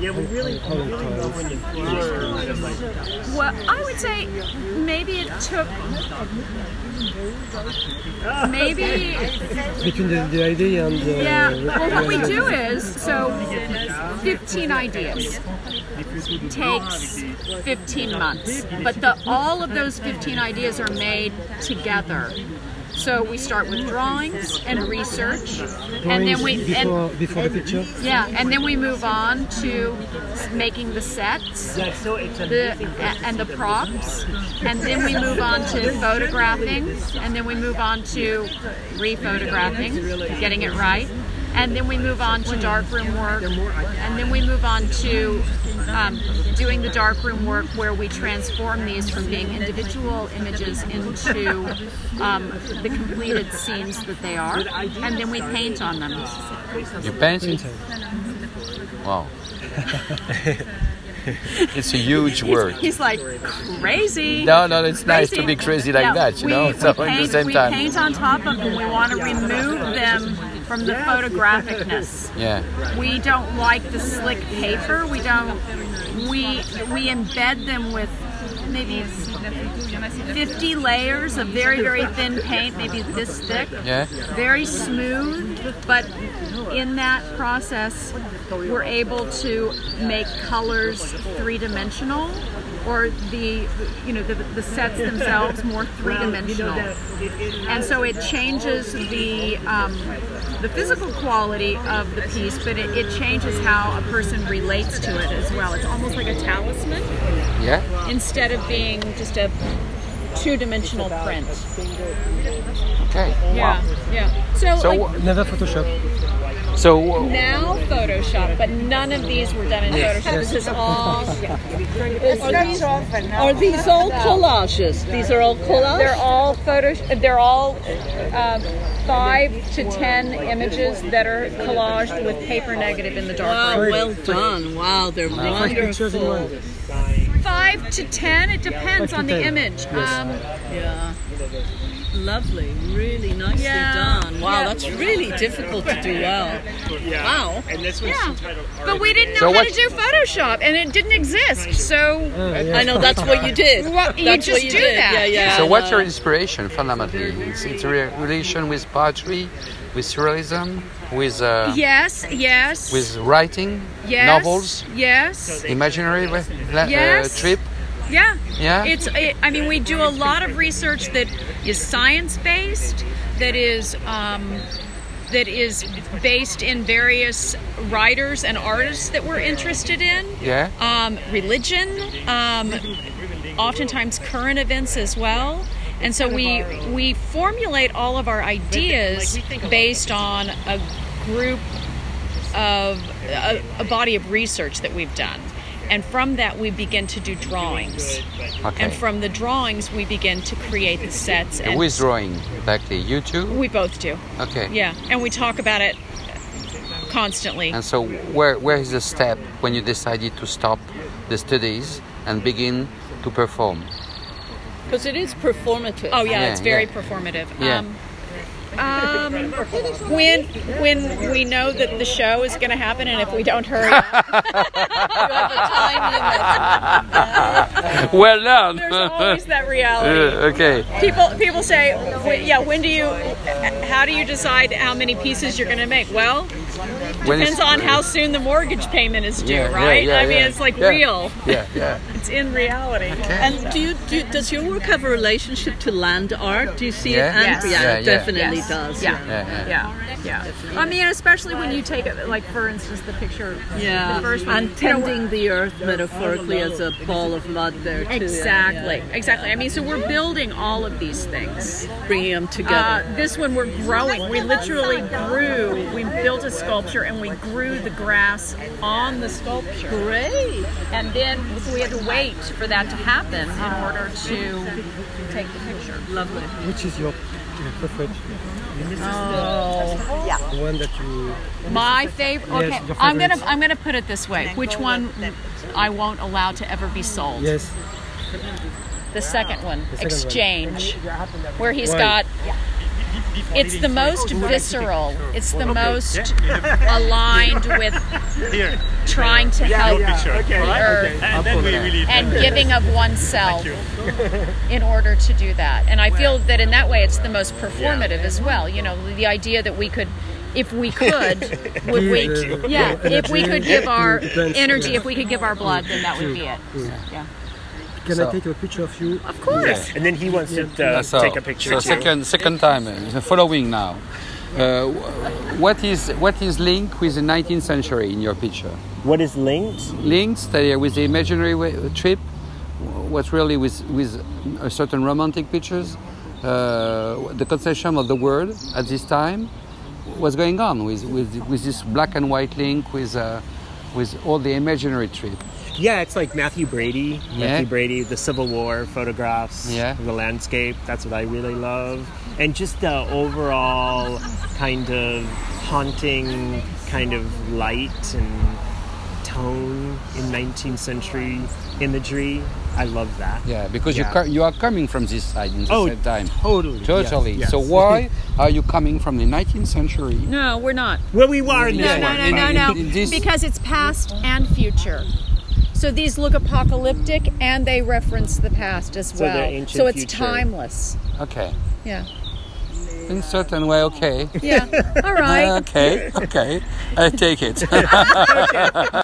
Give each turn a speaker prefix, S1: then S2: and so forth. S1: Yeah, we really, we really know when you flirt. It's like,
S2: Well, I would say maybe it took maybe
S3: between the, the idea and the
S2: yeah. Well, what we do is so 15 ideas takes 15 months, but the all of those 15 ideas are made together. So we start with drawings and research, and then we and
S3: before before the picture.
S2: yeah, and then we move on to s- making the sets
S1: yeah, so it's
S2: the,
S1: amazing.
S2: a- and the props, and then we move on to photographing, and then we move on to re-photographing, getting it right, and then we move on to darkroom work, and then we move on to um, doing the darkroom work where we transform these from being individual images into um, the completed scenes that they are, and then we paint on them.
S4: You painted? Wow. it's a huge word.
S2: He's like crazy.
S4: No, no, it's nice to
S2: Crazy.
S4: be crazy like
S2: Yeah,
S4: that, you
S2: we-
S4: know?
S2: we
S4: So at the
S2: paint-
S4: same
S2: we
S4: time.
S2: paint on top of them. We want to remove them from the photographicness.
S4: Yeah.
S2: We don't like the slick paper. We don't. We we embed them with maybe 50 layers of very very thin paint, maybe this thick
S4: Yeah.
S2: very smooth, but in that process, we're able to make colors three dimensional, or the you know the, the sets themselves more three dimensional, and so it changes the um, the physical quality of the piece, but it, it changes how a person relates to it as well. It's almost like a talisman
S4: Yeah.
S2: instead of being just a two-dimensional print.
S4: Okay.
S2: Yeah, yeah. So,
S4: So,
S2: like,
S4: wh-
S3: Never Photoshop.
S4: so wh-
S2: now Photoshop, but none of these were done in Photoshop. This is all. Are these,
S5: Are these all collages? These are all collages?
S2: they're all photo. They're all uh, five to ten images that are collaged with paper negative in the dark
S5: Wow,
S2: room.
S5: Ah, well done. Wow, they're
S3: Pictures in
S5: wonderful.
S3: one.
S2: Five to ten. It depends on the
S3: 10,
S2: image. Um,
S5: Yeah. Lovely, really nicely
S2: Yeah.
S5: done. Wow,
S2: Yeah.
S5: that's really difficult to do well.
S1: yeah.
S5: Wow.
S1: And this one's
S2: yeah,
S1: entitled
S2: but we didn't
S4: So
S2: know how to
S4: what- Mm.
S2: do Photoshop, and it didn't exist. So
S3: Ah, yeah.
S5: I know that's what you did.
S2: Well, you
S5: that's
S2: just
S5: what you
S2: do
S5: did.
S2: that.
S5: Yeah, yeah.
S4: So
S5: I
S4: what's your
S5: know.
S4: inspiration fundamentally? It's, it's a re- relation with poetry, with surrealism, with uh,
S2: yes, yes,
S4: with writing,
S2: yes,
S4: novels,
S2: yes,
S4: imaginary wa- la-
S2: Yes.
S4: uh, trip.
S2: yeah.
S4: Yeah.
S2: It's. It, I mean, we do a lot of research that is science based, that is um, that is based in various writers and artists that we're interested in.
S4: yeah.
S2: Um, religion, um, oftentimes current events as well. And so we we formulate all of our ideas based on a group of a, a body of research that we've done. And from that, we begin to do drawings.
S4: Okay.
S2: And from the drawings, we begin to create the sets. And
S4: with drawing, exactly. You too.
S2: we both do.
S4: Okay.
S2: Yeah. And we talk about it constantly.
S4: And so, where where is the step when you decided to stop the studies and begin to perform?
S5: Because it is performative.
S2: Oh yeah,
S4: Yeah,
S2: it's very
S4: yeah.
S2: performative.
S4: Yeah.
S2: Um, um, when when we know that the show is going to happen, and if we don't hurry, up,
S4: well done.
S2: there's always that reality.
S4: Uh, okay.
S2: People people say, "Wh- yeah, when do you? How do you decide how many pieces you're going to make? Well,
S4: When it's-
S2: depends on how soon the mortgage payment is due,
S4: Yeah, yeah,
S2: right?
S4: yeah,
S2: I mean,
S4: yeah.
S2: it's like
S4: Yeah.
S2: real.
S4: Yeah, yeah.
S2: It's in reality.
S5: And do you, do you- does your work have a relationship to land art? Do you see
S4: Yeah.
S5: it? And
S2: Yes.
S5: yeah,
S4: Yeah,
S5: it
S4: yeah.
S5: definitely
S2: Yes.
S5: does.
S2: Yeah.
S4: Yeah, yeah.
S2: Yeah, yeah. I mean, especially when you take, it, like, for instance, the picture,
S5: Yeah.
S2: the first one,
S5: and
S2: you know,
S5: tending the earth metaphorically as a ball of mud there too. yeah,
S2: Exactly, exactly. I mean, so we're building all of these things.
S5: yeah. Bringing them together.
S2: Uh, this one we're growing. We literally grew. We built a sculpture and we grew the grass on the sculpture.
S5: Great.
S2: And then so we had to wait for that to happen in order to take the picture.
S5: Lovely.
S3: Which is your your preferred?
S2: Oh.
S3: The one that you
S2: My favorite.
S3: Yes,
S2: Okay,
S3: your
S2: I'm gonna
S3: favorites.
S2: I'm gonna put it this way. Which one I won't allow to ever be sold?
S3: yes.
S2: The second one,
S3: second one.
S2: exchange, where he's
S3: Why?
S2: got it's the most visceral. It's the most aligned with
S1: Here.
S2: trying to help
S1: Picture.
S2: the earth
S1: And then we will eat.
S2: and giving of oneself
S1: you.
S2: in order to do that. And I feel that in that way, it's the most performative as well. You know, the idea that we could. If we could, would we?
S3: Give, uh,
S2: Yeah,
S3: your
S2: if we
S3: energy
S2: could give our
S3: to depends,
S2: energy,
S3: yeah.
S2: if we could give our blood, then that would be it. Yeah.
S3: Can
S4: So-
S3: I take a picture of you?
S2: Of course.
S1: And then he wants to uh,
S4: Uh, so,
S1: take a picture
S4: so
S1: too.
S4: second second time, uh, the following now. Uh, w- what is what is linked with the 19th century in your picture?
S1: What is linked?
S4: Linked uh, with the imaginary wa- trip, what's really with with a certain romantic pictures, uh, the conception of the world at this time, what's going on with with, with this black and white link with. Uh, with all the imaginary trip,
S6: Yeah, it's like Matthew Brady.
S4: Yeah.
S6: Matthew Brady, the Civil War photographs,
S4: Yeah.
S6: the landscape. That's what I really love. And just the overall kind of haunting kind of light and tone in 19th century imagery. I love that.
S4: yeah, because you
S6: Yeah.
S4: co- you are coming from this side in the
S6: Oh,
S4: same time,
S6: Totally.
S4: totally.
S6: yes,
S4: So
S6: yes.
S4: why are you coming from the 19th century
S2: No, we're not.
S6: Well, we were in this
S2: No,
S6: one.
S2: no, no, no,
S4: but
S2: no.
S4: in this-
S2: Because it's past and future. So these look apocalyptic and they reference the past as
S6: they're
S2: well.
S6: ancient
S2: So it's
S6: future.
S2: timeless.
S4: Okay.
S2: Yeah.
S4: In certain way, okay.
S2: Yeah. All right.
S4: Okay, okay. I take it.